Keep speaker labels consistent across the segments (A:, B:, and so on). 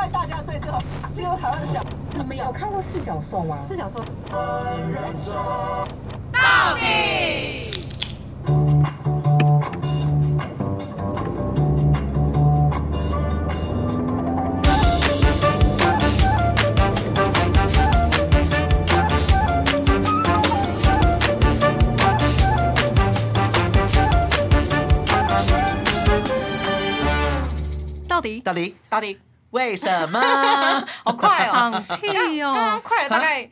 A: 最后最后台湾的小
B: 你们有看过四角兽吗？
A: 是想说，
C: 到底
D: 到底到底为什么？
C: 好快哦，屁
E: 刚刚
C: 哦！
E: 快了大概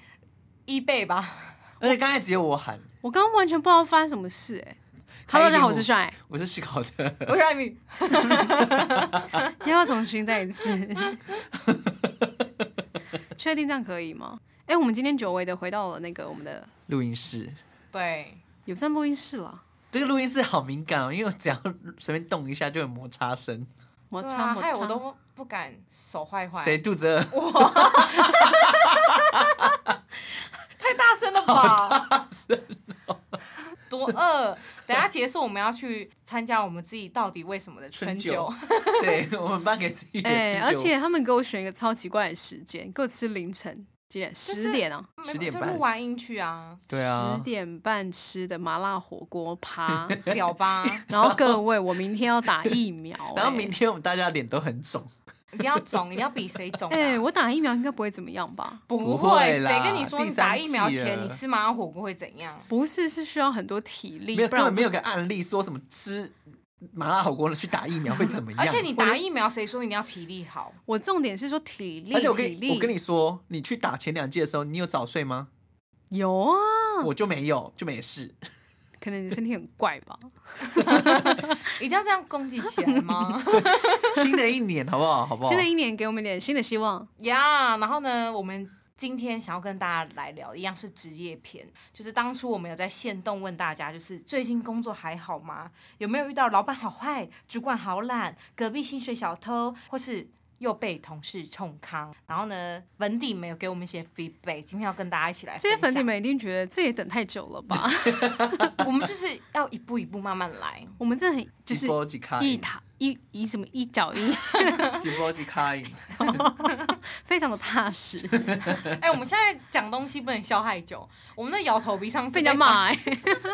E: 一倍吧。
D: 而且刚才只有我喊，我
C: 我刚刚完全不知道发生什么事哎。Hello，
D: 开一
C: 大家好，我
D: 幕
C: 是帅，
D: 我是思考的。
E: 我是艾米，
C: 要不要重新再一次？ 确定这样可以吗？哎，我们今天久违的回到了那个我们的
D: 录音室，
E: 对，
C: 也不算录音室了，
D: 这个录音室好敏感哦，因为我只要随便动一下就有摩擦声。
C: 摩
E: 对
C: 擦
E: 啊，
C: 摩
E: 害我
C: 擦。
E: 都不敢手坏坏，
D: 谁肚子饿？
E: 太大声了吧？
D: 哦
E: 多饿！等下结束，我们要去参加我们自己到底为什么的春酒。
D: 对我们颁给自己的
C: 哎，
D: 春
C: 而
D: 酒
C: 且他们给我选一个超奇怪的时间，给我吃凌晨几点？
E: 是
C: 十点啊。
E: 没
D: 10点
E: 就
D: 半
E: 录完音去啊，
D: 对啊
C: 十，点半吃的麻辣火锅 趴，
E: 屌吧！
C: 然后各位，我明天要打疫苗、哎
D: 然后明天我们大家脸都很肿，
E: 一定要肿，一定要比谁肿啊。
C: 哎、我打疫苗应该不会怎么样吧？
E: 不
D: 不会啦
E: 谁跟你说
D: 第
E: 你
D: 三
E: 打疫苗
D: 季
E: 前
D: 了
E: 你吃麻辣火锅会怎样？
C: 不是，是需要很多体力
D: 没有，，
C: 不
D: 根
C: 然我
D: 本没有个案例说什么吃麻辣火锅的去打疫苗会怎么样。
E: 而哎且你打疫苗，谁说一定要体力好？
C: 我重点是说体力，
D: 而且我跟
C: 体
D: 你
C: 力
D: 我跟你说，你去打前两季的时候，你有早睡吗？
C: 有啊，
D: 我就没有，就没事。
C: 可能你身体很怪吧？
E: 一定要这样攻击起来吗？
D: 新的一年好不好？好不好
C: 新？的一年给我们一点新的希望，
E: 呀然后呢，我们今天想要跟大家来聊，一样是职业篇，就是当初我们有在线动问大家，就是最近工作还好吗？有没有遇到老板好坏、主管好懒、隔壁薪水小偷，或是？又被同事冲康，然后呢，粉底们有给我们一些 feedback，今天要跟大家一
D: 哎
E: 起来
C: 这些
E: 分享。
C: 粉底们一定觉得这也等太久了 吧？
E: 我们就是要一步一步慢慢来。
C: 我们真的很就是
D: 几波几卡
C: 一
D: 饮
C: 踏一一什么一脚印，
D: 几波几卡饮
C: 非常的踏实，
E: 哎、我们现在讲东西不能笑太久，我们那摇头鼻上是
C: 被人家骂、哎，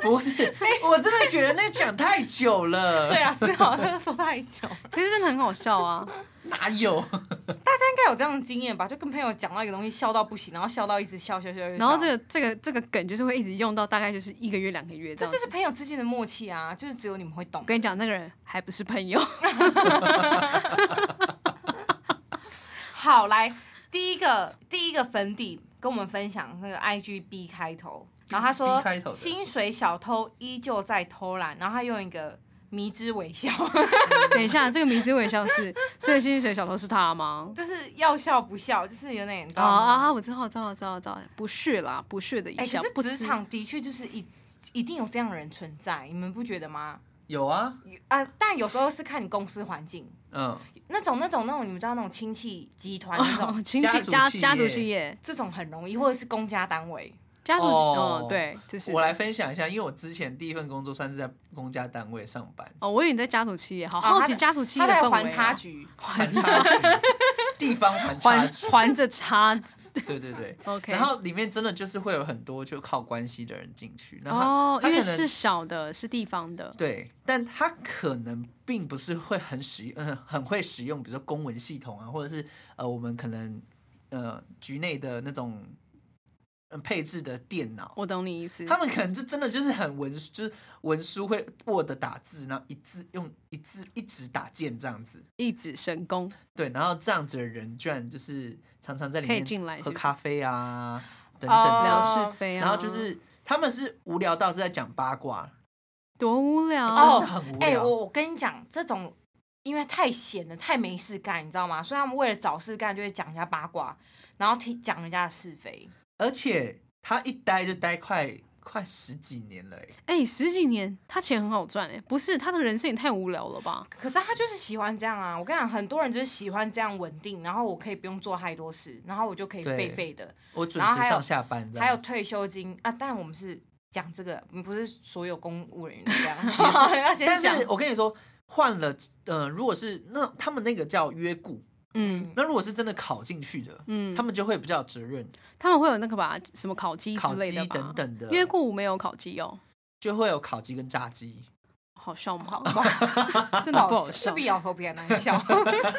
D: 不是，我真的觉得那讲太久了。
E: 对，啊， 是好，那个说太久。
C: 可是真的很好笑 啊！
D: 哪有？
E: 大家应该有这样的经验吧？就跟朋友讲到一个东西，笑到不行，然后笑到一直笑笑笑笑。
C: 然后这
E: 个
C: 个这个这个梗就是会一直用到大概就是一个月两个月这
E: 这
C: 样
E: 就
C: 子。
E: 是朋友之间的默契啊，就是只有你们会懂
C: 我。跟你讲，那个人还不是朋 友。
E: 好，来第一个第一个粉底跟我们分享那个 IG B 开头，然后他
D: B
E: 说
D: 开头的
E: 薪水小偷依旧在偷懒，然后他用一个迷之微笑，
C: 等一下，这个名字微笑是，所以薪水小偷是他吗？
E: 就是要笑不笑，就是有点你知
C: 啊
E: 道吗
C: 啊啊！我知道，知道，知道，知道，不屑啦，不屑的一
E: 哎、
C: 笑
E: 可是，
C: 不
E: 职
C: 知
E: 场的确就是一一定有这样的人存在，你们不觉得吗？
D: 有啊，
E: 有啊，但有时候是看你公司环境，
D: 嗯，
E: 那种那种那种，你们知道那种亲戚集团那
C: 哦
E: 种，
C: 亲
D: 家
C: 戚
D: 族
C: 家
D: 企
C: 家族
D: 业
C: 企业，
E: 这种很容易，或者是公家 单位。
C: 家族企
D: 哦
C: 哦，对，就是
D: 我来分享一下，因为我之前第一份工作算是在公家单位上班，
C: 哦，我以为你在家族企业，好
E: 哦
C: 好
E: 他
C: 奇
E: 在
C: 家族企业
E: 他
C: 的
E: 在
C: 氛
E: 环
C: 围
E: 差
C: 啊，
E: 局，
D: 环差局， 地方环差
C: 环
D: 局，
C: 环着叉子
D: 对对 对。
C: ，OK。
D: 然后里面真的就是会有很多就靠关系的人进去，然后他
C: 哦，
D: 他
C: 因为
D: 可能
C: 是小的，是地方的，
D: 对，但他可能并不是会很使用，呃，很会使用，比如说公文系统啊，或者是呃，我们可能呃局内的那种、呃、配置的电脑，
C: 我懂你意思。
D: 他们可能就真的就是很文书，就是文书会 Word 打字，然后一字用一字一直打键这样子。
C: 一指神功，
D: 对，然后这样子的人居然就是常常在里
C: 可以
D: 面
C: 进来是不
D: 喝
C: 是
D: 咖啡啊等等的，
C: 聊
E: 哦
C: 是非啊，
D: 然后就是他们是无聊到是在讲八卦，
C: 多无聊啊
E: 哦
D: 真的很无
E: 哎、
D: 聊。
E: 我我跟你讲，这种因为太闲了，太没事干，你知道吗？所以他们为了找事干，就会讲人家八卦，然后听讲人家的是非。
D: 而且他一待就待快快十几年了、欸，
C: 哎、十几年，他钱很好赚哎、不是他的人生也太无聊了吧？
E: 可是他就是喜欢这样啊！我跟你讲，很多人就是喜欢这样稳定，然后我可以不用做太多事，然后我就可以
D: 对
E: 废废的，
D: 我准
E: 然后
D: 时
E: 还有
D: 上下班这样，
E: 还有退休金啊。但我们是讲这个，不是所有公务人员都这 样，要先
D: 但
E: 讲
D: 是我跟你说，换了呃，如果是那他们那个叫约雇，
C: 嗯
D: 那如果是真的考进去的，
C: 嗯，
D: 他们就会比较有责任，
C: 他们会有那个吧，什么烤鸡之
D: 烤
C: 类
D: 鸡
C: 的吧，
D: 等等的，
C: 因为过午没有烤鸡哦，
D: 就会有烤鸡跟炸鸡。
C: 好笑吗？真
E: 真
C: 的
E: 的
C: 啊不
E: 好
C: 好
E: 笑，
C: 笑
E: 这。比咬头皮还难笑。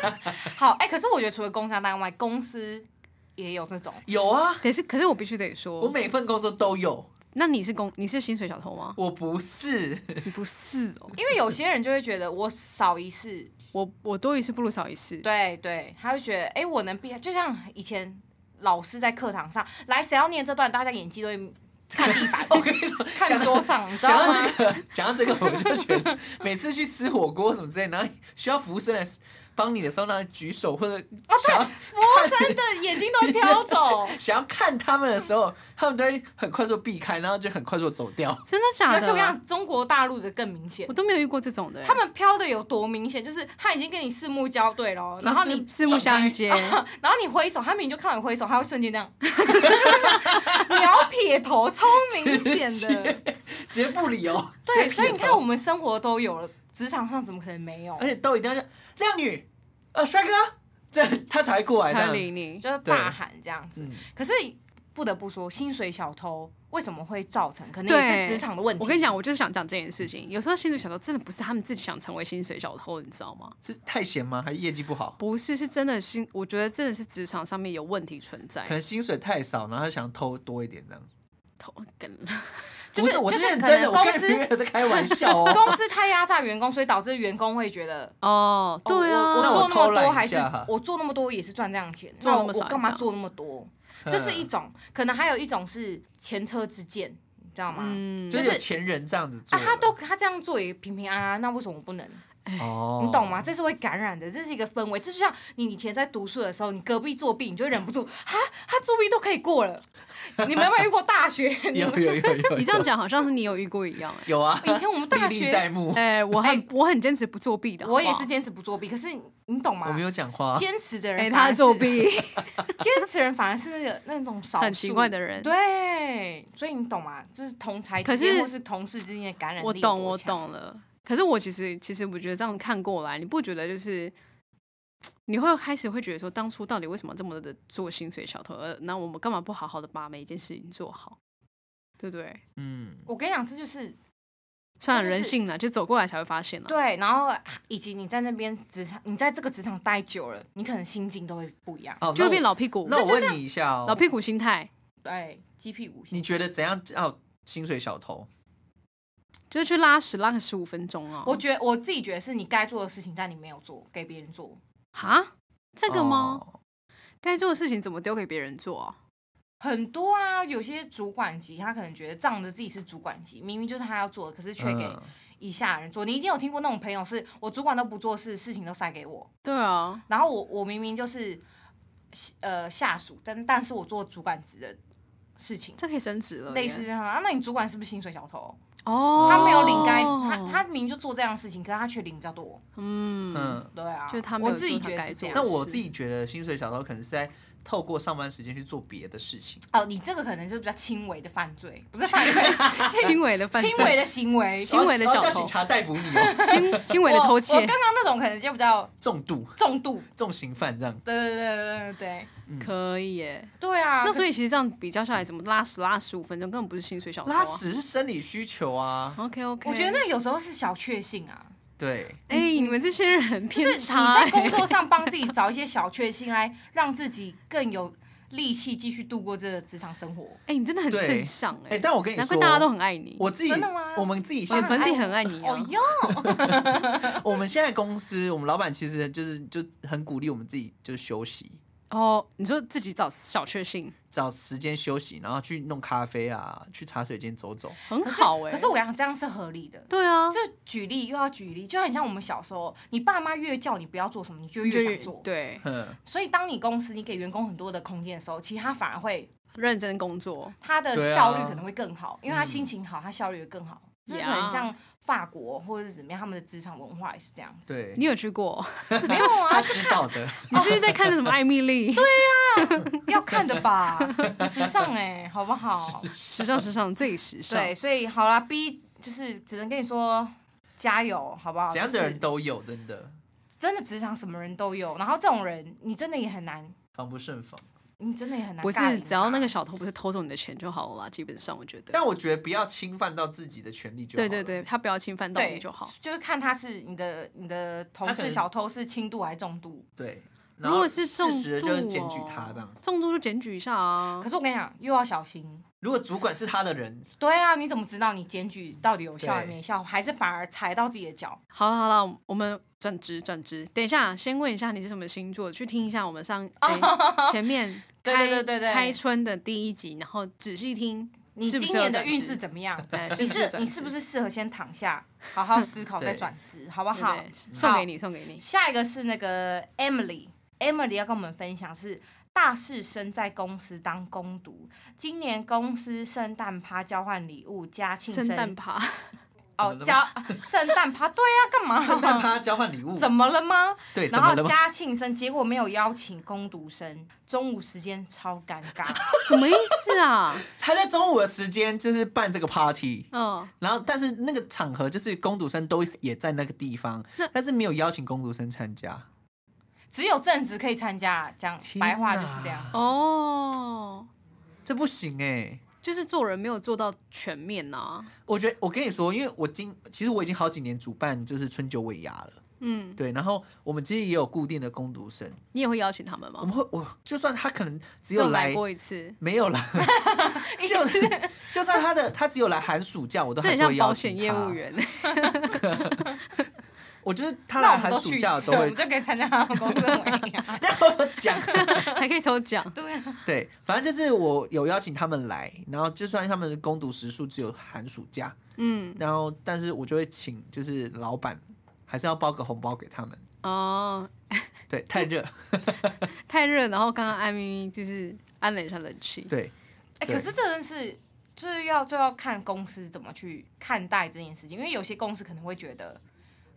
E: 好，哎、可是我觉得除了公家单位，公司也有这种。
D: 有啊，
C: 可是可是我必须得
D: 我
C: 说，
D: 每份工作都有，
C: 那你是公你是薪水小偷吗？
D: 我不是，
C: 你不是哦，
E: 因为有些人就会觉得我少一事，
C: 我我多一事不如少一事。
E: 对对，他会觉得，哎、我能毕业，就像以前老师在课堂上，来，谁要念这段，大家眼睛都会看地板，看桌上，你知
D: 讲
E: 道
D: 到
E: 吗？
D: 这个，讲到这个，我就觉得每次去吃火锅什么之类，然后需要服务生来帮你的时候，那举手或者想要、
E: 哦服务生的眼睛都会飘走。
D: 想要看他们的时候，他们都会很快速避开，然后就很快速地走掉。
C: 真的假
E: 可是我跟你
C: 的？
E: 讲，中国大陆的更明显
C: 我，都没有遇过这种的欸。
E: 他们飘的有多明显，就是他已经跟你四目交对了，然后你。
C: 四目相接，
E: 然后你挥手，他明明就看到你挥手，他会瞬间 这样，秒撇头，超 明显的。
D: 直接不理哦。
E: 对，
D: 直接
E: 所以你
D: 撇头
E: 看，我，们生活都有了，职场上怎么可能没有
D: 而？且都一定要叫靓女，呃，帅哥，这样他才会过来这
C: 才
D: 样。
C: 理你。
E: 就是大喊这样子
D: 嗯。
E: 可是不得不说，薪水小偷为什么会造成？可能
C: 对
E: 也是职场的问题。
C: 我跟你讲，，我就是想讲这件事情。有时候薪水小偷真的不是他们自己想成为薪水小偷，你知道吗？
D: 是太闲吗？还是业绩不好？
C: 不是，是真的薪，我觉得真的是职场上面有问题存在
E: 哎
D: 可。能薪水太少，然后他想偷多一点这样。
C: 头梗，
E: 就
D: 不
E: 是
D: 是，我
E: 就是是
D: 认
E: 可
D: 真的，
E: 能
D: 我
E: 公
D: 跟
E: 司
D: 你没有在开玩笑哦。
E: 公司太压榨员工，所以导致员工会觉得。
C: 哦，
E: 哦
C: 对啊，
E: 我
D: 那
E: 我做
D: 我
E: 那
D: 偷
E: 么
D: 懒
E: 多
D: 一
E: 还是
D: 下哈
E: 我做那么多也是赚这样钱，
C: 做
E: 那
C: 那
E: 我
C: 么少嗯
E: 干
C: 也
E: 嘛
C: 是啊
E: 做那么多？这是一种，可能还有一种是前车之鉴，你知道吗？
C: 嗯，
D: 就
E: 就是
D: 是有钱人这样子做
E: 啊，
D: 的，
E: 他都他这样做也平平安安，那为什么我不能？
D: 哦，
E: 你懂吗？？这是会感染的，这是一个氛围。这就像你以前在读书的时候，你隔壁作弊，你就会忍不住啊，他作弊都可以过了。你们有没有遇过大学？你
D: 有
E: 们
D: 有有有，
C: 你这样讲好像是你有遇过一样。欸
D: 有啊，
E: 以前我 们大
D: 历历在
E: 学，
D: 目。
C: 哎，我很我很坚持不作弊的，
E: 我也
C: 好不
E: 是
C: 好。
E: 坚持不作弊，可是你你懂吗
D: 我没？有讲话，
E: 坚持的
C: 哎，
E: 人反而
C: 他
E: 是，
C: 作 弊，
E: 坚持人反而是那个那种少 数
C: 很奇怪的人。
E: 对，所以你懂吗？就是同才之
C: 可
E: 间
C: 是
E: 或是同事之间的感染力
C: 我
E: 有
C: 懂，
E: 多
C: 我
E: 强。
C: 懂了。可是我其实，其实我觉得这样看过来，你不觉得就是你会开始会觉得说，当初到底为什么这么的做薪水小偷？呃，那我们干嘛不好好的把每一件事情做好，对不对？
D: 嗯，
E: 我跟你讲，这就是
C: 算了，
E: 就
C: 人
E: 是
C: 性啊啦，就走过来才会发现啦。啊
E: 对，啊然后以及你在那边职场，你在这个职场待久了，你可能心境都会不一样。
D: 哦，
C: 就
D: 那
C: 会
D: 我
C: 变老屁股，
D: 那我
C: 这就是
D: 问你一下哦，
C: 老屁股心态，
E: 哎，鸡屁股。
D: 你觉得怎样叫薪水小偷？
C: 就是去拉屎拉个十五分钟啊。
E: 我觉我自己觉得是你该做的事情，但你没有做，给别人做，
C: 哈，这个吗？
D: 哦？
C: 该做的事情怎么丢给别人做啊？
E: 很多啊。有些主管级，他可能觉得仗着自己是主管级，明明就是他要做的，可是却给
D: 嗯
E: 以下人做。你一定有听过那种朋友是，我主管都不做事，事情都塞给我，
C: 对啊，
E: 然后我我明明就是呃下属，但但是我做主管职的事情。
C: 这可以升职了耶，
E: 类似这样啊，那你主管是不是薪水小偷？
C: 哦，
E: 他没有领该，他他明明就做这样的事情，可是他却领比较多。
C: 嗯
D: 嗯，
E: 对啊，
C: 就是他没
E: 我
C: 有
E: 自己
C: 做他
E: 觉得
C: 该
E: 是这
C: 做
E: 样。
D: 那我
C: 是
D: 自己觉得薪水小偷可能是在透过上班时间去做别的事情，
E: 哦，你这个可能是比较轻微的犯罪，不是犯 罪，
C: 轻微的犯罪，
E: 轻微的行为，
C: 轻微的小偷
D: 然后叫警察逮捕你哦，
C: 轻轻微的偷窃
E: 我我，刚刚那种可能就比较
D: 重度
E: 重度，
D: 重刑犯这样。
E: 对对对对对对
C: 可以耶。
E: 对啊。
C: 那所
E: 以
C: 以其实这样比较下来，怎么拉屎拉十五分钟，根本不是薪水小偷、啊。
D: 拉屎是生理需求啊，
C: ，OK OK。
E: 我觉得，那有时候是小确幸啊，
D: 对，
C: 哎、你们这些人很
E: 就是
C: 偏
E: 你
C: 差、欸。
E: 在工作上帮自己找一些小确幸，来让自己更有力气继续度过这个职场生活。
C: 哎、你真的很
D: 对
C: 正向哎、
D: 哎，但我跟你
C: 难
D: 说，
C: 怪大家都很爱你。
D: 我自己
E: 真的吗，
D: 我们 自己现
C: 我
D: 在
C: 粉底很爱你、啊。
E: 哦哟，
D: 我们现在公司，我们老板其实就是就很鼓励我们自己就休息，
C: 哦，你说自己找小确幸，
D: 找时间休息，然后去弄咖啡啊，去茶水间走走。
C: 很
E: 可是
C: 好哎、
E: 可是我讲这样是合理的。
C: 对啊，
E: 这举例又要举例，就很像我们小时候，你爸妈越叫你不要做什么，你就越想做。
C: 对，
D: 哼，
E: 所以当你公司你给员工很多的空间的时候，其实他反而会
C: 认真工作。
E: 他
D: 对
E: 的
D: 啊。
E: 效率可能会更好，因为他心情好，他效率会更好。这可
C: Yeah
E: 能像法国或者是怎么样，他们的职场文化也是 这样
D: 对
C: 你，有去过？
E: 没有
D: 他
E: 啊，
D: 知道的。
C: 你是不是在看什么艾米丽？对，
E: 要看的吧，时尚哎、好不好？
C: 时尚时尚最时尚。
E: 对，所以好啦 b 就是只能跟你说加油，好不好？
D: 怎样的
E: 就
D: 人
E: 是
D: 都有，真的。
E: 真的职场什么人都有，然后这种人你真的也很难，
D: 防不胜防。
E: 你真的也很难
C: 不
E: 尬赢他。
C: 是只要那个小偷不是偷走你的钱就好了啦，基本上我觉得。
D: 但我觉得不要侵犯到自己的权利就好
C: 对对
D: 了。
C: 对，他不要侵犯到
E: 对
C: 你就好。
E: 就是看他是你的你的同
D: 他可
E: 事
D: 能
E: 小偷是轻度还是重度。
D: 对。然
C: 如
D: 后
C: 果是重
D: 事
C: 度、
D: 实
C: 哦，
D: 就是检举他这样。
C: 重度就检举一下啊
E: 可。是我跟你讲，又要小心。
D: 如果主管是他 的人，
E: 对啊，你怎么知道你检举到底有效还
D: 对
E: 没效，还是反而踩到自己的脚？
C: 好了好了，我们转职转职。等一下，先问一下你是什么星座，去听一下我们上、哎前面
E: 对
C: 开
E: 对对对对
C: 开春的第一集，然后仔细听
E: 你
C: 是不
E: 今
C: 是有
E: 年的
C: 转
E: 运
C: 职
E: 势怎 么样？
C: 哎不
E: 你
C: 是
E: 是
C: 转
E: 你是
C: 职
E: 不是适合先躺下，好 好思考再
D: 对
E: 转职，好不
C: 对不
E: 好
C: 对？送给你，送给你。
E: 下一个是那个 Emily，Emily 要跟我们分享是大四生在公司当攻读，今年公司圣诞趴交换礼物加庆
C: 圣诞趴，
E: 哦
D: 怎么了吗
E: 交 啊圣诞趴，对呀、干嘛？
D: 圣诞趴交换礼物，
E: 怎么了吗？
D: 对，怎
E: 然
D: 么
E: 后
D: 了吗？
E: 加庆生，结果没有邀请攻读生，中午时间超尴 尬。
C: 什么意思啊？
D: 他在中午的时间就是办这个 party，
C: 嗯，
D: 然后但是那个场合就是公读生都也在那个地方
C: 那，
D: 但是没有邀请公读生参加。
E: 只有正职可以参加，讲
D: 天
E: 白话就是这样。
D: 哪，
C: 哦，
D: 这不行哎、
C: 就是做人没有做到全面啊呐、
D: 我觉得我跟你说，因为我今其实我已经好几年主办就是春酒尾牙了，
C: 嗯，
D: 对，然后我们其实也有固定的攻读生，
C: 你也会邀请他们吗？
D: 我们会我就算他可能只
C: 只
D: 有
C: 来
D: 来
C: 过一次，
D: 没 有来，就就算他的他只有来寒暑假，我都
C: 这
D: 还
C: 很
D: 是
C: 像
D: 会邀
C: 保
D: 请
C: 险
D: 他
C: 业务。员。
D: 我觉得他
E: 那
D: 来
E: 我们
D: 寒
E: 都
D: 暑
E: 去一
D: 假我
E: 次，
D: 都
E: 我
D: 会
E: 们就可以参加他们公司的哎 尾牙
D: 让我讲。
C: 还可以抽奖。
E: 对啊，
D: 对，反正就是我有邀请他们来，然后就算他们的攻读时数只有寒暑假，
C: 嗯，
D: 然后但是我就会请就是老板还是要包个红包给他们。
C: 哦，
D: 对，太热。
C: 太热，然后刚刚艾咪咪就是按了一下冷气。
D: 对，
E: 哎、
D: 对
E: 可是这真是就是要就要看公司怎么去看待这件事情，因为有些公司可能会觉得，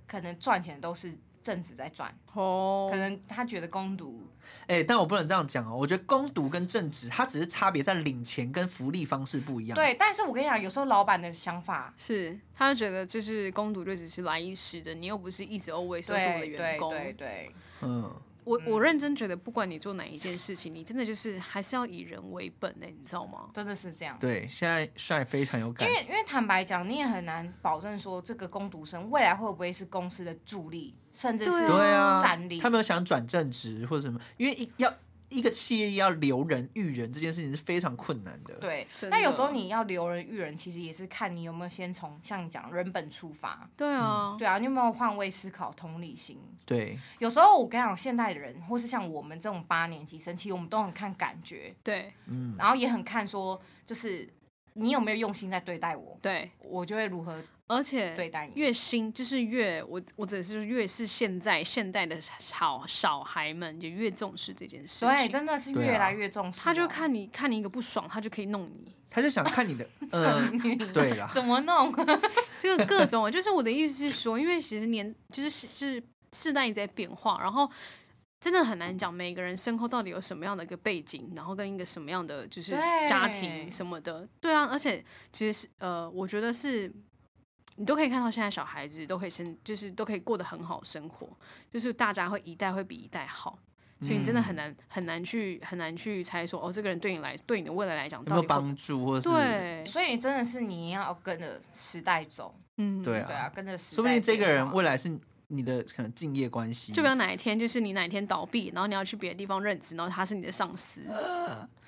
E: 可能赚钱都是正职在赚，
C: 哦
E: 可，能他觉得攻读
D: 哎、但我不能这样讲哦。我觉得攻读跟正职，它只是差别在领钱跟福利方式不一样。，
E: 对，但是我跟你讲，有时候老板的想法，
C: 是，他就觉得就是攻读就只是来一时的，你又不是一直 always 都
E: 对
C: 是我的员
E: 对
C: 工。
E: 对对，
D: 嗯，
C: 我我认真觉得，不管你做哪一件事情，你真的就是还是要以人为本的、你知道吗？
E: 真的是这样。
D: 对，现在帅非常有
E: 因
D: 感。
E: 为因为坦白讲，你也很难保证说这个攻读生未来会不会是公司的助力，甚至是
C: 对
D: 对啊，
E: 战力。
D: 他们有想转正职或者什么，因为一要一个企业要留人育人这件事情是非常困难的。，
E: 对，
C: 真
E: 那有
C: 的
E: 时候你要留人育人，其实也是看你有没有先从像你讲人本出发。
C: 对啊，
E: 对啊，你有没有换位思考、同理心？
D: 对，
E: 有时候我跟你讲，现代人或是像我们这种八年级生，其实我们都很看感觉，
C: 对
D: 嗯，
E: 然后也很看说，就是你有没有用心在对待我，
C: 对，
E: 我就会如何
C: 而且
E: 对待你。
C: 越新就是越我我只是越是现在现代的小小孩们就越重视这件事情，
E: 对，真的是
D: 对啊
E: 越来越重视哦、
C: 他就 看你看你一个不爽，他就可以弄你。
D: 他就想看你的，嗯，对啦，
E: 怎么弄。
C: 这个各种，就是我的意思是说，因为其实年就是是是世代一直在变化，然后真的很难讲每个人身后到底有什么样的一个背景，然后跟一个什么样的就是
E: 对
C: 家庭什么的。对啊，而且其实是呃，我觉得是。你都可以看到，现在小孩子都可以生，就是都可以过得很好生活，就是大家会一代会比一代好，所以你真的很
D: 嗯
C: 难、很难去很难去猜说，哦，这个人对你来对你的未来来讲
D: 有没
C: 到
D: 有
C: 底会
D: 帮助或者是？
C: 对，
E: 所以真的是你要跟着时代走，
C: 嗯，
D: 对啊
E: 对啊，跟着时代。
D: 说不定这个人未，来是你的可能敬业关系，
C: 就比如哪一天，就是你哪一天倒闭，然后你要去别的地方任职，然后他是你的上司，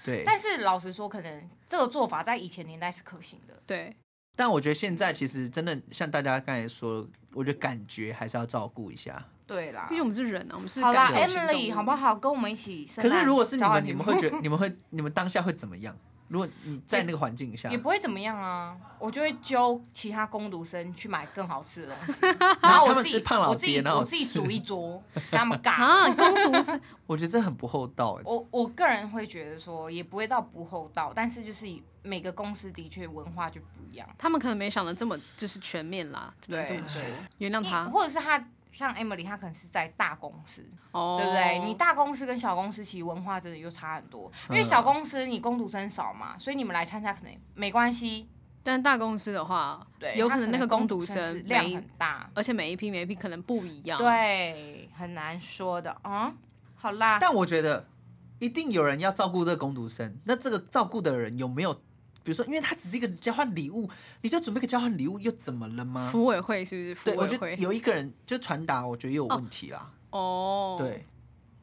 D: 对。
E: 但是老实说，可能这个做法在以前年代是可行的。
C: 对，
D: 但我觉得现在其实真的像大家刚才说的，我觉得感觉还是要照顾一下。
E: 对啦
C: 毕，竟我们是人啊，我们是
E: 好啦
C: 感受性动
E: ，Emily，
C: 物
E: 好不？好？跟我们一起圣
D: 可
E: 诞
D: 是如果是你
E: 交换
D: 们，
E: 礼
D: 你
E: 物
D: 们 会觉得你们会你们当下会怎么样？如果你在那个环境下
E: 也，不会怎么样啊，我就会揪其他工读生去买更好吃的东 西，然后
D: 他
E: 我
D: 们
E: 自
D: 吃
E: 己
D: 胖老
E: 我自己
D: 爹然后
E: 我自己煮 一桌，跟他们尬。
C: 啊，攻读是
D: 我觉得这很不厚道欸。
E: 我我个人会觉得说，也不会到不厚道，但是就是每个公司的确文化就不一样。
C: 他们可能没想的这么就是全面啦，只能
E: 对
C: 这么说
E: 对，
C: 原谅
E: 你
C: 他，
E: 或者是他像 Emily，他可能是在大公司，
C: 哦，嗯
E: 对不对？你大公司跟小公司其实文化真的又差很多，因为小公司你工读生少嘛，所以你们来参加可能没关系，
C: 但大公司的话，
E: 对，
C: 有
E: 它
C: 可能那个工
E: 工
C: 读
E: 生是
C: 生
E: 量
C: 每一
E: 很大，
C: 而且每一批每一批可能不一样。，
E: 对，很难说的啊、嗯好啦，
D: 但我觉得一定有人要照顾这个工读生，那这个照顾的人有没有？比如说，因为他只是一个交换礼物，你就准备个交换礼物，又怎么了吗？
C: 服委会是不是？服
D: 对，我
C: 委
D: 觉得
C: 会
D: 有一个人就传达，我觉得也有问题啦。
C: 哦，
D: 对，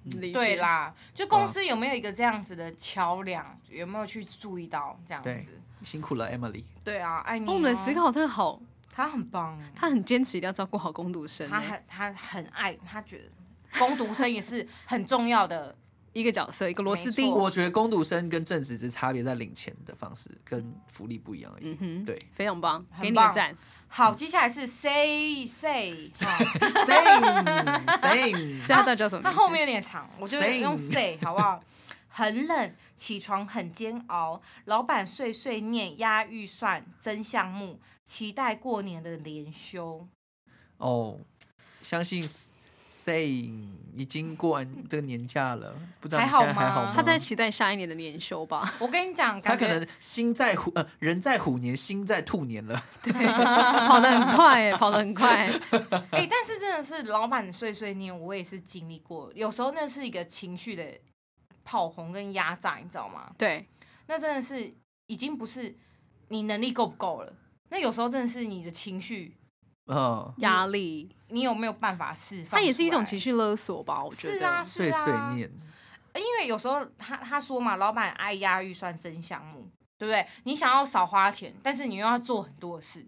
C: 理解嗯
E: 对，啦，就公司有没有一个这样子的桥梁，有没有去注意到这样
D: 对
E: 子？
D: 辛苦了，Emily。
E: 对啊，爱你、
C: 哦我们的史，考特好，
E: 他很棒，
C: 他很坚持一定要照顾好工读生
E: 他
C: 欸，
E: 很他很爱，他觉得攻读生也是很重要的。
C: 一个角色一个螺丝钉
E: 没。错
D: 我觉得工读生跟正职只差别在领钱的方式跟福利不一样而已。
C: 嗯哼，
D: 对，
C: 非常棒，
E: 很
C: 给你个
E: 棒
C: 赞。
D: 嗯
E: 好，接下来是 say say，哦
D: same same，
C: 现在到底叫什么
E: 它
C: 名字？
E: 后面有点长，我就
D: Same
E: 用 say 好不好？很冷，起床很煎熬，老板碎碎念压预算、增项目，期待过年的连休。
D: 哦，相信 same 已经过完这个年假了，不知道你
E: 还
D: 现
E: 好
D: 在还好
E: 吗
D: 吗？
C: 他在期待下一年的年休吧。
E: 我跟你讲，
D: 他
E: 感
D: 可
E: 觉
D: 能心在虎呃人在虎年，心在兔年了。
C: 跑得很快 耶，跑得很快。
E: 哎、但是真的是老板碎碎念，我也是经历过，有时候那是一个情绪的炮轰跟压榨，你知道吗？
C: 对，
E: 那真的是已经不是你能力够不够了，那有时候真的是你的情绪，
D: 嗯，
C: 压力，
E: 你有没有办法释放？
C: 它也是一种情绪
E: 绪，
C: 勒索吧？我觉得。
E: 是啊，是
D: 碎
E: 啊，呃
D: 碎念，
E: 因为有时候他他说嘛，老板爱压预算增项目，对不对？你想要少花钱，但是你又要做很多事，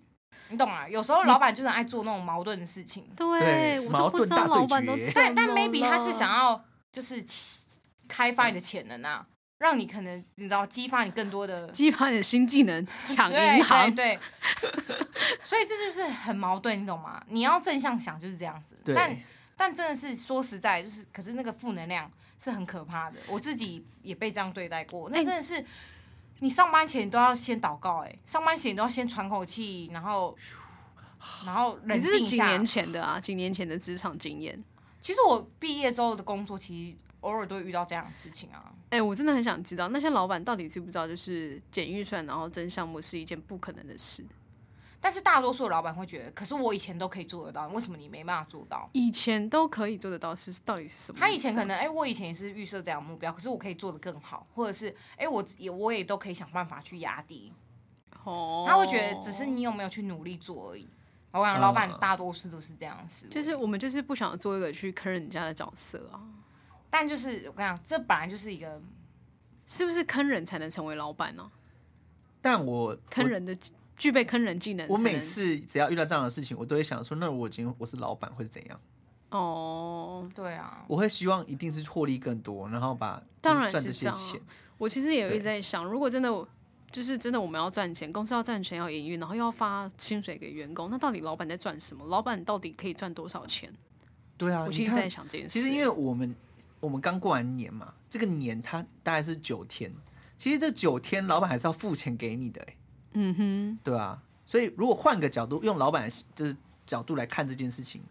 E: 你懂啊？有时候老板就是很爱做那种矛盾的事情，
C: 对，
D: 对
C: 我都
D: 矛
C: 不知
D: 盾
C: 道
D: 大
C: 老
D: 对
C: 板都
D: 决
E: 但但
C: 怎么
E: maybe 他是
C: 了
E: 想要就是起开发你的潜能啊，让你可能你知道激发你更多的
C: 激发你的新技能，抢
E: 对
C: 银行。
E: 对对 所以这就是很矛盾，你懂吗？你要正向想就是这样子，
D: 对，
E: 但但真的是说实在，就是可是那个负能量是很可怕的，我自己也被这样对待过。那
C: 哎
E: 真的是，你上班前你都要先祷告、哎，上班前你都要先喘口气，然后然后冷
C: 你这是
E: 静一
C: 几
E: 下
C: 年。前的啊？几年前的职场经验。
E: 其实我毕业之后的工作，其实偶尔都会遇到这样的事情啊。
C: 哎、我真的很想知道那些老板到底知不知道，就是减预算然后增项目是一件不可能的事。
E: 但是大多数的老板会觉得，可是我以前都可以做得到，为什么你没办法做到？
C: 以前都可以做得到，是到底是什么意思啊？
E: 他以前可能，哎、我以前也是预设这样的目标，可是我可以做得更好，或者是，哎、我也我也都可以想办法去压低。
C: 哦，
E: 他会觉得只是你有没有去努力做而已。我
D: 嗯
E: 想老板大多数都是这样子，
C: 就是，我们就是不想做一个去坑人家的角色啊，
E: 但就是我跟你讲，这本来就是一个，
C: 是不是坑人才能成为老板呢、
D: 但我
C: 坑人的技具备坑人技能才能。
D: 我，我每次只要遇到这样的事情，我都会想说，那我今天我是老板会是怎样？
C: 哦，
E: 对啊，
D: 我会希望一定是获利更多，然后把
C: 当然
D: 就是是
C: 这
D: 赚
C: 样啊
D: 这些钱。
C: 我其实也有一直
D: 对
C: 在想，如果真的我就是真的我们要赚钱，公司要赚钱要营运，然后又要发薪水给员工，那到底老板在赚什么？老板到底可以赚多少钱？
D: 对啊，
C: 我
D: 你
C: 其实
D: 看
C: 在想这件事。
D: 其实因为我们我们刚过完年嘛，这个年它大概是九天，其实这九天老板还是要付钱给你的、欸，
C: 嗯哼，
D: 对啊。所以如果换个角度，用老板的就是角度来看这件事情，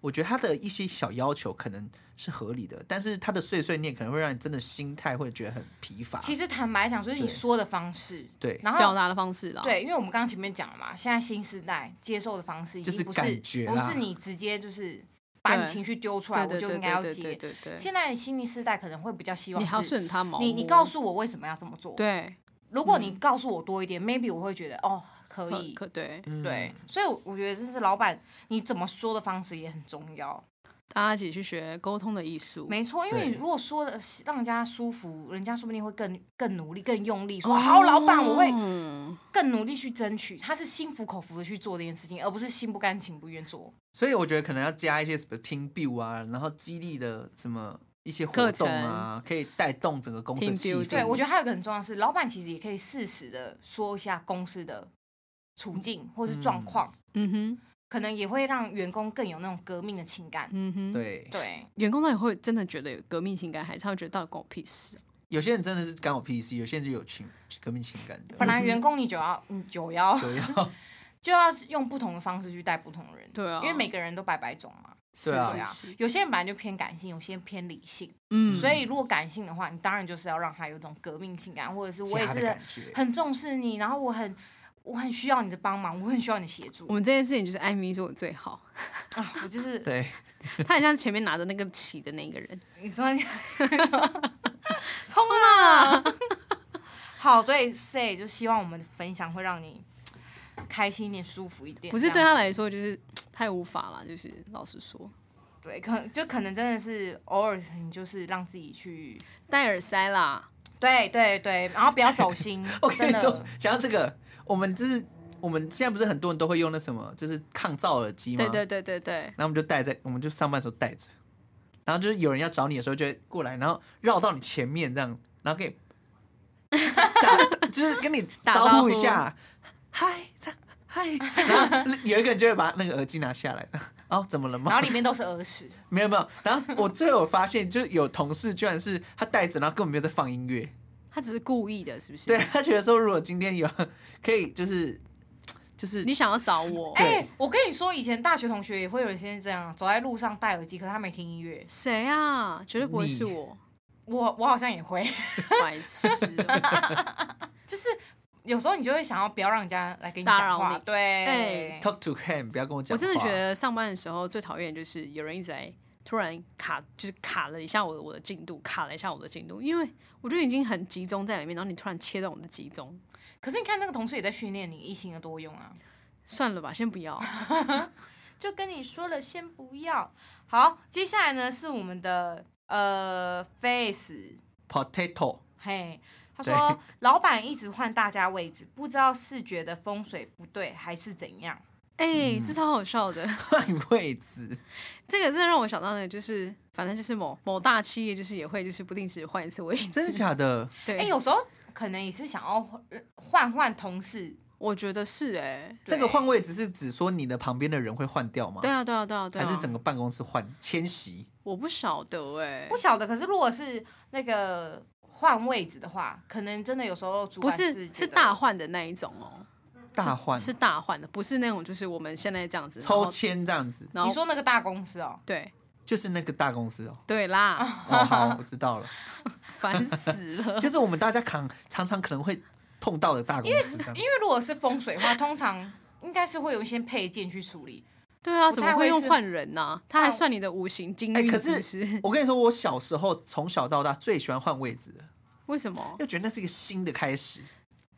D: 我觉得他的一些小要求可能是合理的，但是他的碎碎念可能会让你真的心态会觉得很疲乏。
E: 其实坦白讲，就是你
D: 对
E: 说的方式，
D: 对，
E: 然
C: 表
E: 后
C: 达的方式啦，，
E: 啊对，因为我们刚刚前面讲了嘛，现在新时代接受的方式已
D: 就是
E: 经不是
D: 感觉啦
E: 不是你直接就是把你
C: 对
E: 情绪丢出来，
C: 对对
E: 我就
C: 对
E: 应该要
C: 对对对
E: 接。
C: 对对，
E: 现在的新时代可能会比较希
C: 你还要
E: 望是，
C: 顺他毛，
D: 哦
E: 你你告。诉我为什么要这么做。
C: 对，嗯
E: 如果你告诉我多一点，maybe 我会觉得哦可
C: 可
E: 以，
C: 可对，
D: 嗯
E: 对，，所以我觉得这是老板你怎么说的方式也很重要。
C: 大家一起去学沟通的艺术。
E: 没错，因为你
D: 对
E: 如果说的让人家舒服，人家说不定会更更努力、更用力，说、
C: 哦
E: 好，老板，我会更努力去争取。他是心服口服的去做这件事情，而不是心不甘情不愿做。
D: 所以我觉得可能要加一些什么 team build 啊，然后激励的什么一些
C: 课
D: 活动啊，可以带动整个公司
C: team
D: 的气
C: building
D: 氛。
E: 对，我觉得还有一个很重要的是，老板其实也可以适时的说一下公司的处境或是状况，
C: 嗯哼，
E: 可能也会让员工更有那种革命的情感。
C: 嗯哼，，
D: 对，
E: 对，
C: 员工到底会真的觉得有革命情感，还是他会觉得到底关我屁事啊？
D: 有些人真的是干我屁事，有些人就有情革命情感的。
E: 本来员工你就要你就要
D: 就要
E: 就要用不同的方式去带不同的人，
C: 对啊
E: 因为每个人都百百种嘛。
C: 是
D: 对啊
E: 对啊
C: 嗯是是，
E: 有些人本来就偏感性，有些人偏理性，
C: 嗯，
E: 所以如果感性的话，你当然就是要让他有一种革命情感，或者是我也
D: 家的
E: 是
D: 感觉，
E: 很重视你，然后我很我很需要你的帮忙，我很需要你的协助
C: 我们这件事情就是艾米做的最 好，
E: 啊！我就是
D: 对，
C: 他很像前面拿着那个旗的那个人。
E: 你昨天啊冲啊！ 好，对，say 就希望我们的分享会让你开心一点、舒服一点。
C: 不是
E: 这
C: 对
E: 样
C: 他来说就是太无法了，就是老实说，
E: 对，可就可能真的是偶尔，你就是让自己去，
C: 戴耳塞啦。
E: 对对对，然后不要 走心
D: 我，跟
E: 真
D: 你说
E: 的，，
D: 讲到这个，我们就是我们现在不是很多人都会用那什么，就是抗噪耳机吗？
C: 对对对对对，
D: 然后我们就戴在，我们就上班的时候戴着，然后就是有人要找你的时候就会过来，然后绕到你前面这样，然 后给你打，就是跟你
C: 打招
D: 招
C: 呼
D: 呼一下，嗨，这样嗨，然后有一个人就会把那个耳机拿下来，哦，怎么了
E: 然后
D: 吗？
E: 里面都是耳屎，
D: 没有没有，然后我最后发现，就是有同事居然是他戴着，然后根本没有在放音乐，
C: 他只是故意的，是不是？
D: 对，他觉得说如果今天有可以就是就是
C: 你想要找我？
D: 对
E: 哎、我跟你说，以前大学同学也会有人先这样，走在路上戴耳机，可是他没听音乐。
C: 谁啊？绝对不会
D: 你
C: 是 我，
E: 我我好像也会，
C: 白痴哦！
E: 就是有时候你就会想要不要让人家来跟你
C: 打
E: 讲
C: 扰
E: 话，
C: 你
E: 对，
C: 哎
D: talk to him，不要跟我讲
C: 我
D: 话，
C: 真的觉得上班的时候最讨厌就是有人一直在突然卡，就是卡了一下我的我的进度，卡了一下我的进度，因为我就已经很集中在里面，然后你突然切断我的集中，
E: 可是你看那个同事也在训练你一心的多用啊，
C: 算了吧，先不要。
E: 就跟你说了先不要。好，接下来呢是我们的呃 face，
D: potato。
E: 嘿，他
D: 对
E: 说老板一直换大家位置，不知道是觉得风水不对还是怎样。
C: 哎、这超好笑的。
D: 换位置，
C: 这个真的让我想到的，就是反正就是某某大企业，就是也会就是不定时换一次位置。
D: 真的假的？
C: 对，
E: 哎、有时候可能也是想要换换换同事，
C: 我觉得是哎、
D: 那
E: 对
D: 个换位置是指说你的旁边的人会换掉吗？
C: 对啊，对啊，对啊，对啊，
D: 还是整个办公室换迁徙？
C: 我不晓得哎、
E: 不晓得。可是如果是那个换位置的话，可能真的有时候主
C: 不
E: 管
C: 是
E: 是
C: 是
E: 觉得
C: 大换的那一种哦、
D: 大换
C: 是大换的，不是那种就是我们现在这样子然后
D: 抽签这样子，
C: 然后
E: 你说那个大公司哦，
C: 对
D: 就是那个大公司哦。
C: 对啦，
D: 哦，好，我知 道了，
C: 烦死 了。
D: 就是我们大家常常常可能会碰到的大公司这样。
E: 因为如果是风水的话，通常应该是会有一些配件去处理。
C: 对啊，
E: 不
C: 怎
E: 太
C: 么
E: 会
C: 会用
E: 是
C: 换人呢、他还算你的五行金
D: 哎
C: 运，
D: 可
C: 是不
D: 是
C: 是？
D: 我跟你说，我小时候从小到大最喜欢换位置了，
C: 为什么？
D: 又觉得那是一个新的开始。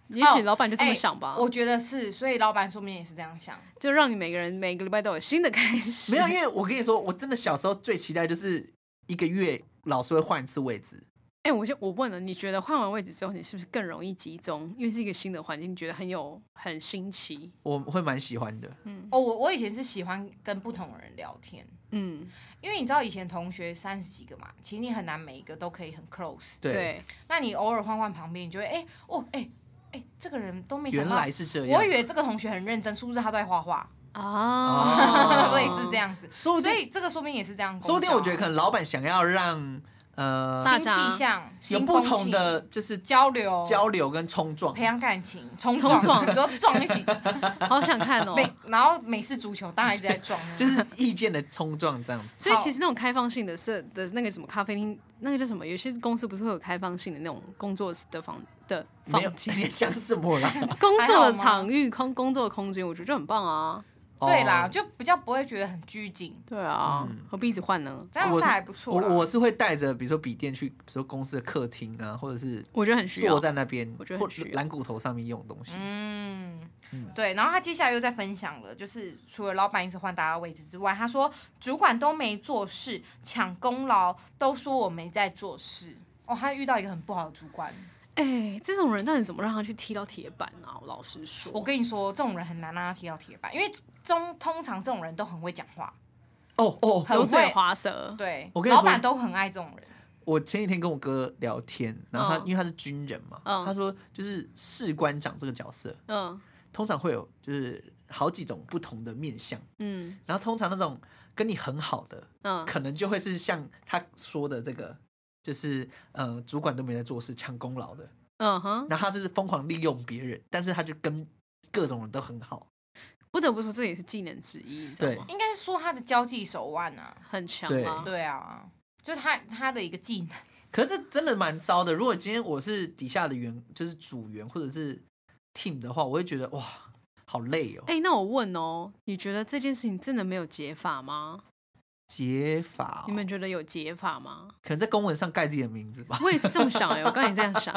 C: 也许老板就这么
E: 哎
C: 想吧，
E: 我觉得是，所以老板说不定也是这样想。
C: 就让你每个人每个礼拜都有新的开始。
D: 没有，因为我跟你说，我真的小时候最期待就是一个月老师会换一次位置，
C: 哎、我先我问了，你觉得换完位置之后，你是不是更容易集中？因为是一个新的环境，你觉得很有很新奇。
D: 我会蛮喜欢的。
E: 哦，我我以前是喜欢跟不同人聊天，
C: 嗯，
E: 因为你知道以前同学三十几个嘛，其实你很难每一个都可以很 close。
D: 对，
C: 对，
E: 那你偶尔换换旁边，你就会哎、哦哎哎、这个人都没想
D: 原
E: 到
D: 来。是这样。
E: 我以为这个同学很认真，殊不知他都在画画，
C: 啊
E: 类似这，样子。
D: 哦说不定
E: 所以这个说不定也是这样功效啊。
D: 说
E: 啊
D: 不定我觉得可能老板想要让呃
C: 大
E: 新
C: 家
E: 气象，
D: 有
E: 新
D: 不
E: 风
D: 同
E: 气
D: 的就是
E: 交流，
D: 交流跟冲撞
E: 培，养感情，冲
C: 冲撞
E: 撞， 比如说撞一 起，
D: 哦
C: 好想看 哦。
E: 美，然后美式足球当然一直在撞，
D: 就是意见的冲撞这样子。
C: 所以其实那种开放性的社的那个什么咖啡厅，那个叫什么？有些公司不是会有开放性的那种工作室的房的
D: 没有
C: 房，间、
D: 你讲什么啦？
C: 工作
E: 还好
C: 的
E: 吗
C: 场域、空工作的空间，我觉得就很棒啊。
E: 对啦，
D: 哦
E: 就比较不会觉得很拘谨，
C: 对啊，
D: 嗯
C: 何必一直换呢？
E: 这样
D: 哦我
E: 是
D: 是
E: 还不错
D: 我
E: 啦。
D: 我是会带着比如说笔电去，比如说公司的客厅啊，或者是
C: 我觉得很需要
D: 坐。在那边
C: 我觉得
D: 或
C: 很需要
D: 蓝骨头上面用东西。
E: 嗯
D: 嗯，
E: 对，然后他接下来又在分享了，就是除了老板一直换大家位置之外，他说主管都没做事，抢功劳，都说我没在做事。哦，他遇到一个很不好的主管，
C: 哎、这种人到底怎么让他去踢到铁板啊？我老实说，
E: 我跟你说，这种人很难让他踢到铁板，因为中通常这种人都很会讲话，
D: 哦哦，
E: 很
C: 油嘴
E: 会
C: 滑舌，
E: 对，
D: 嗯我跟你
E: 老
D: 说
E: 板都很爱这种人。
D: 我前几天跟我哥聊天，然后他、
C: 嗯
D: 因为他是军人嘛，
C: 嗯
D: 他说就是士官长这个角色
C: 嗯
D: 通常会有就是好几种不同的面相，
C: 嗯
D: 然后通常那种跟你很好的，
C: 嗯，
D: 可能就会是像他说的这个，就是呃，主管都没在做事，抢功劳的。
C: 嗯哼，
D: 然后他是疯狂利用别人，但是他就跟各种人都很好。
C: 不得不说，这也是技能之一，你知道吗？
E: 应该是说他的交际手腕啊，
C: 很强
D: 对
C: 啊，
E: 对啊，就是他他的一个技能。
D: 可是这真的蛮糟的。如果今天我是底下的员，就是组员或者是 team 的话，我会觉得哇，好累哦。
C: 哎、那我问哦，你觉得这件事情真的没有解法吗？
D: 解法哦、
C: 你们觉得有解法吗？
D: 可能在公文上盖自己的名字吧。
C: 我也是这么想哎、我刚才也这样想，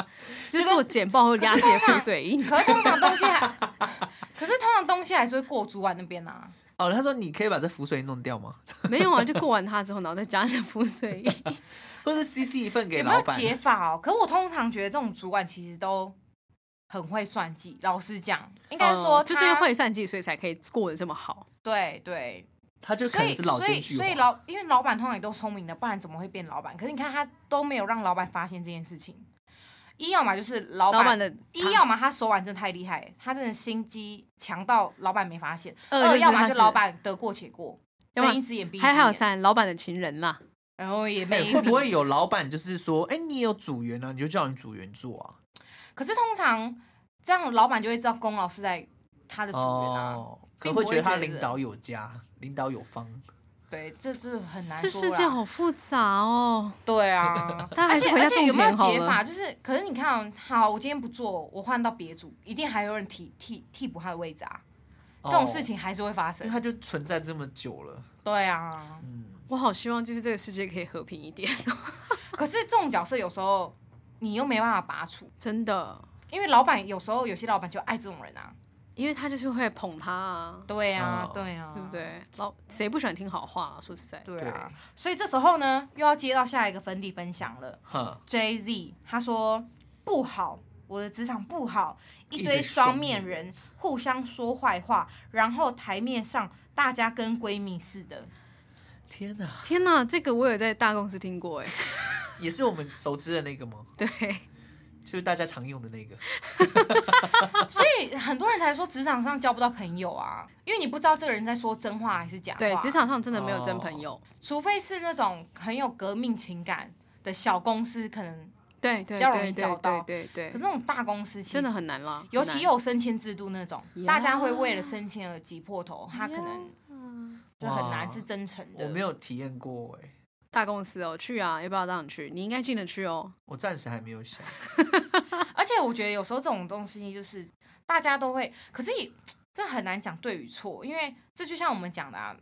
C: 就做简报会压自己的浮水印。
E: 可是通常东西还， 可是通常东西还是会过主管那边啊。
D: 哦，他说你可以把这浮水弄掉吗？
C: 没有啊，就过完它之后，然后再加你的浮水印。
D: 或 者是 CC 一份给
E: 有没有
D: 老板？
E: 解法哦？可我通常觉得这种主管其实都很会算计。老实讲，应该说、
C: 哦就是因为会算计，所以才可以过得这么好。
E: 对对，
D: 他就可
E: 所以
D: 能是老
E: 所以
D: 奸巨
E: 所以
D: 猾。
E: 老因为老板通常也都聪明的，不然怎么会变老板？可是你看他都没有让老板发现这件事情。一要么就是老
C: 老板
E: 板
C: 的
E: 一要么他手腕真的太厉害，他真的心机强到老板没发现；
C: 二
E: 二
C: 呃就是
E: 要
C: 他
E: 么就是老板得过且过，
C: 要么
E: 睁一只眼闭一只
C: 还还有
E: 眼，
C: 三老板的情人啦，
E: 然后也
D: 哎、
E: 没
D: 会不
E: 理
D: 会有老板就是说，哎、你有组员啊，你就叫你组员做啊？
E: 可是通常这样，老板就会知道龚老师在他的组员啊。
D: 哦，可能
E: 并不
D: 会
E: 会
D: 觉得他
E: 觉得
D: 领导有加，领导有方。
E: 对，这这很难
C: 这
E: 说
C: 世界
E: 啦
C: 好复杂哦。，
E: 对啊
C: 大家还
E: 而
C: 是
E: 且
C: 回
E: 而
C: 到
E: 且有
C: 重
E: 没有
C: 点好
E: 解
C: 了。
E: 法？就是，可是你看哦，好，我今天不做，我换到别组，一定还有人替替替补他的位置啊。这种事
D: 哦，
E: 情还是会发
D: 因为
E: 生。
D: 他就存在这么久了。
E: 对啊，
D: 嗯，
C: 我好希望就是这个世界可以和平一点，
E: 可是这种角色有时候你又没办法拔除，
C: 真的，
E: 因为老板有时候有些老板就爱这种人啊。
C: 因为他就是会捧他啊，
E: 对啊
D: 哦，
E: 对啊，
C: 对不？对？老谁不喜欢听好话啊？说实在，
E: 对啊，所以这时候呢，又要接到下一个粉底分享了。
D: 哈，
E: J Z，他说不好，我的职场不好，一
D: 一
E: 堆
D: 堆
E: 双
D: 双
E: 面
D: 面
E: 人互相说坏话，然后台面上大家跟闺蜜似的。
D: 天哪，
C: 天哪，这个我有在大公司听过哎，
D: 也是我们熟知的那个吗？
C: 对，
D: 就是大家常用的那个。
E: 所以很多人才说职场上交不到朋友啊，因为你不知道这个人在说真话还是假话。哦
C: 对，职，场上真的没有真朋友，
E: 除非是那种很有革命情感的小公司，可能
C: 对对
E: 比较容易
C: 对
E: 交
C: 对
E: 到
C: 对对
E: 可是
C: 对，
E: 那种大公司其实
C: 真的。很难啦，
E: 尤
C: 很
E: 其
C: 难
E: 又有升迁制度那种
C: 呀
E: 大家会为了升迁而挤破头，他可能就很难
D: 哇
E: 是真诚的。
D: 我没有体验过哎、
C: 大公司哦，去啊，要不要让你去？你应该进得去哦，
D: 我暂时还没有想。
E: 而且我觉得有时候这种东西就是大家都会，可是也这很难讲对与错，因为这就像我们讲的啊，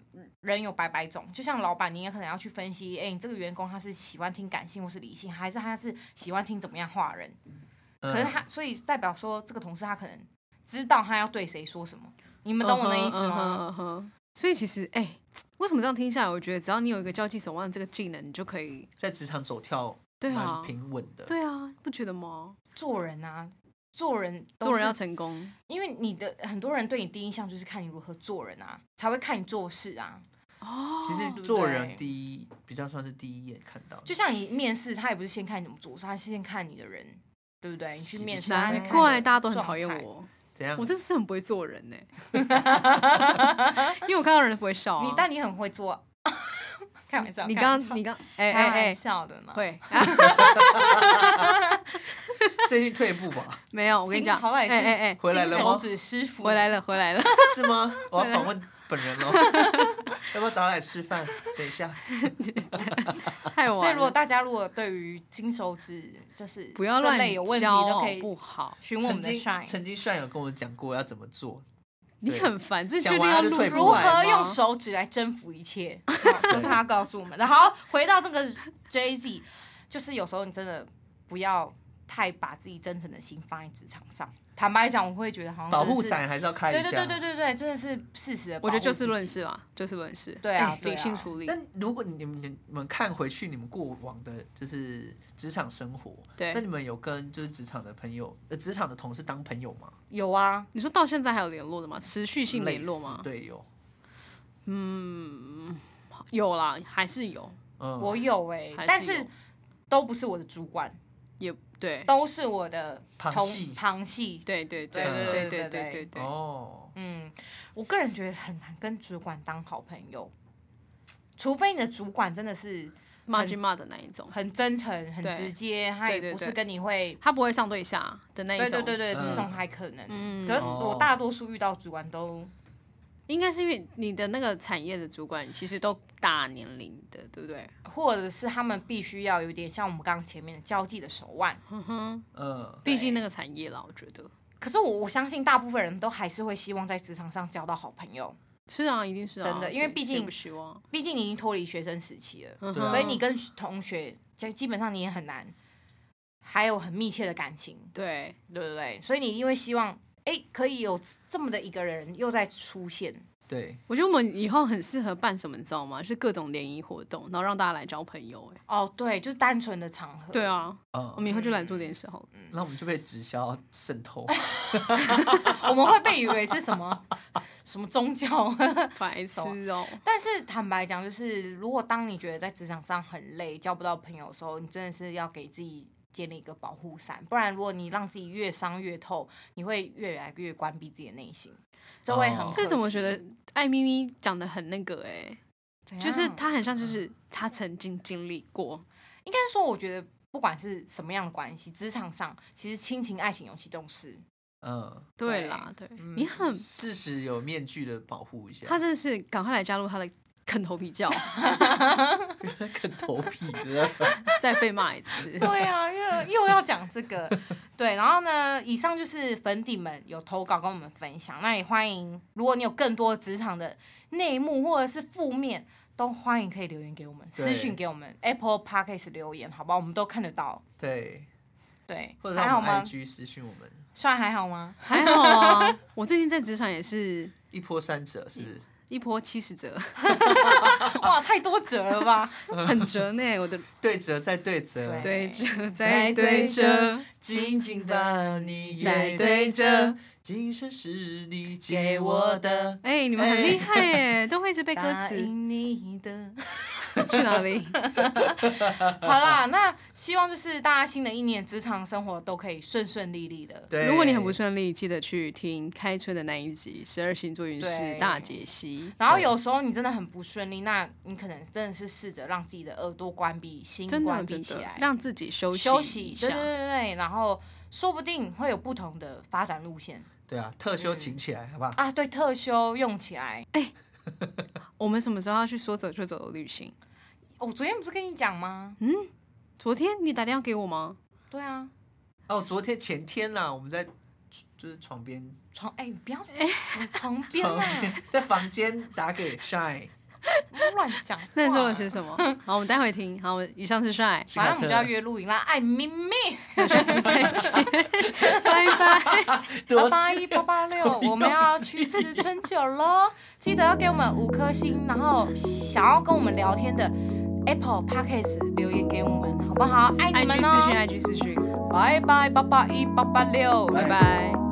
E: 人有百百种，就像老板，你也可能要去分析，哎、你这个员工他是喜欢听感性或是理性，还是他是喜欢听怎么样话人？
D: 嗯
E: 可是他，所以代表说这个同事他可能知道他要对谁说什么，你们懂我的意思
C: 嗯
E: 吗？
C: 哼嗯哼嗯哼所以其实，哎、为什么这样听下来，我觉得只要你有一个交际手腕这个技能，你就可以。
D: 在职场走跳
C: 对啊
D: 蛮，平稳的。
C: 对啊，不觉得吗？
E: 做人啊，做人都
C: 做人要
E: 是
C: 成功，
E: 因为你的很多人对你第一印象就是看你如何做人啊，才会看你做事啊。
D: 其实
E: 不
D: 做
E: 哦对
D: 人第一比较算是第一眼看到的，
E: 就像你面试，他也不是先看你怎么做，是他先看你的人，对不对？你去
D: 是
E: 面试，
D: 是啊
E: 他先
C: 难
E: 看你的
C: 怪大家都很讨厌
E: 状态。
C: 我，
D: 怎样
C: 我？真的是很不会做人 呢、因为我看到人不会笑、
D: 哦
C: 啊。
E: 你但你很会做， 开玩笑。
C: 你
E: 开玩
C: 刚
E: 笑
C: 你刚哎
E: 开
C: 哎
E: 玩
C: 哎，
E: 笑的呢。
C: 会、
D: 最近退步 吧？
C: 没有？我跟你讲，
E: 好歹
C: 哎
E: 也是
C: 哎哎，
D: 回来
E: 金
D: 了
E: 手
D: 吗？
E: 指师傅
C: 回来了回来了，
D: 是吗？我要访问本人 喽，要不要找他来吃饭？等一下，
C: 太晚了。
E: 所以如果大家如果对于金手指就是
C: 不要
E: 这
C: 乱
E: 类有问题，
C: 教
E: 都
C: 好
E: 可以
C: 不好？
E: 询问我
D: 曾
E: 们的
D: 经
E: shine。
D: 曾经帅有跟我讲过要怎么做，
C: 你
D: 对
C: 很烦，这确
D: 讲
C: 定
D: 完
C: 要
D: 他就
C: 录
D: 退
C: 出
E: 如
C: 来
E: 何
C: 吗
E: 用手指来征服一切，好就是他告诉我们的。好，回到这个 J Z，就是有时候你真的不要太把自己真诚的心放在职场上。坦白讲，我会觉得好像
D: 保
E: 哦真的
D: 护
E: 是
D: 伞还是要开
E: 对
D: 一
E: 对
D: 下。
E: 对对对对，真的是事实的。
C: 我觉得就事论，事啦，就事论事，
E: 对啊，对啊
C: 理性处理。
D: 但如果你们你们看回去你们过往的就是职场生活，
C: 对
D: 那你们有跟就是职场的朋友、呃职场的同事当朋友吗？
E: 有啊，
C: 你说到现在还有联络的吗？持续性联络
D: 类似
C: 吗？嗯
D: 对，有。
C: 有啦，还是有，
D: 嗯，
E: 我有哎、
C: 还
E: 但
C: 是
E: 是
C: 有哎
E: 都不是我的主管，
C: 也对，
E: 都是我的
D: 旁
E: 同
D: 系
E: 旁系。
C: 对对对
D: 对
C: 对
E: 对
C: 对
E: 对
C: 对对对，
D: 哦，
E: 嗯，我个人觉得很难跟主管当好朋友，除非你的主管真的是
C: 骂街骂的那一种，
E: 很真诚、很
C: 对
E: 直接，他
C: 对
E: 也
C: 对
E: 不是
C: 对
E: 跟你会。
C: 他不会上对下的那一
E: 对
C: 种，
E: 对对对，
D: 嗯
E: 这种还可能。
C: 嗯
E: 可是我
D: 哦
E: 大多数遇到主管都
C: 应该是因为你的那个产业的主管其实都大年龄的，对不对？
E: 或者是他们必须要有点像我们刚刚前面的交际的手腕，
C: 哼哼，
D: 嗯，
C: 毕竟那个产业啦，我觉得
E: 可是我我相信大部分人都还是会希望在职场上交到好朋友，
C: 是啊，一定是啊，
E: 真的因为
C: 谁
E: 毕
C: 谁
E: 竟
C: 不希望，
E: 毕竟你已经脱离学生时期了，
C: 嗯
D: 对啊
C: 哼
E: 所以你跟同学就基本上你也很难，还有很密切的感情，
C: 对
E: 对不对？所以你因为希望，哎，可以有这么的一个人又在出现，
D: 对，
C: 我觉得我们以后很适合办什么，你知道吗？就是各种联谊活动，然后让大家来交朋友、哎，
E: 哦，对，就是单纯的场合，
C: 对，啊，我
D: 嗯，
C: 们以后就来做这件事好
E: 嗯
C: 了。
D: 那我们就被直销渗透，
E: 我们会被以为是什么 什么宗教，
C: 白痴哦、
E: 但是坦白讲，就是如果当你觉得在职场上很累，交不到朋友的时候，你真的是要给自己建立一个保护伞，不然如果你让自己越伤越透，你会越来越关闭自己的内心，这会很
D: 哦
E: 可惜、
C: 这怎么觉得艾咪咪讲的很那个、
E: 怎
C: 哎，
E: 样？
C: 就是她很像就是她曾经经历过，
E: 应该说，我觉得不管是什么样的关系，职场上其实亲情、爱情、尤其都是。
D: 嗯，
C: 对啦，对，
E: 嗯
C: 你很，
D: 事实有面具的保护一下，
C: 她真的是赶快来加入她的啃头皮 教，
D: 在啃 头皮了，
C: 再被骂一 次。
E: 对啊，又又要讲这个， 对，然后呢，以上就是粉底们有投稿跟我们分享，那也欢迎，如果你有更多职场的内幕或者是负面，都欢迎可以留言给我们，私
D: 对
E: 讯给我们 Apple Podcast 留言，好吧，我们都看得到。
D: 对，
E: 对，
D: 或者
E: 还
D: 让
E: 好
D: 我们
E: 吗？
D: IG 私讯我们，
E: 算还好 吗？
C: 还好啊，我最近在职场也是
D: 一波三折是不是？
C: 一波七十 折，
E: 哇，太多折了吧？
C: 很折呢，我的
D: 对折再对折，
E: 对
C: 对折
E: 再
C: 再
E: 对
C: 对
E: 折
C: 折，
D: 紧紧把你
C: 再
D: 也
C: 对折。
D: 今生是你给我的，
C: 哎、你们很厉害哎，都会一直背歌
E: 答
C: 词。
E: 应你的。
C: 去哪里？
E: 好啦，那希望就是大家新的一年职场生活都可以顺顺利利的。
D: 对，
C: 如果你很不顺利，记得去听开春的那一集《十二星座运势
E: 对
C: 大解析
E: 然后有时候你真的很不顺利，那你可能真的是试着让自己的耳朵关闭，心》，
C: 真的
E: 关闭
C: 真
E: 起
C: 的
E: 来，
C: 让自己休息
E: 休
C: 一
E: 息，对
C: 下
E: 对。对对，然后说不定会有不同的发展路线
D: 对啊，特休
C: 嗯
D: 请起来，好不好？
E: 啊。对，特休用起来。
C: 我们什么时候要去说走就走的旅行？
E: 我哦昨天不是跟你讲吗？
C: 嗯昨天你打电话给我吗？
E: 对啊，
D: 哦，昨天前天啦，我们在就是床边，
E: 床哎，你不要哎，床床 边啊，
D: 在房间打给 Shine，
E: 不要乱讲话。
C: 那你说了些什么？好，我们待会听。好，以上是 帅，
D: 是
E: 反正我们就要约露营啦，爱咪咪，
C: 我 下次再见，拜拜。
E: 八
D: 多
E: 八一八八 六，我们要去吃春酒喽！记得要给我们五颗星，然后想要跟我们聊天的 Apple Podcast 留言给我们，好不好？爱你
C: IG
E: 哦们
C: 私讯
E: 哦！
C: ，IG 私讯，
E: 拜拜八八一八八六，
C: 拜拜。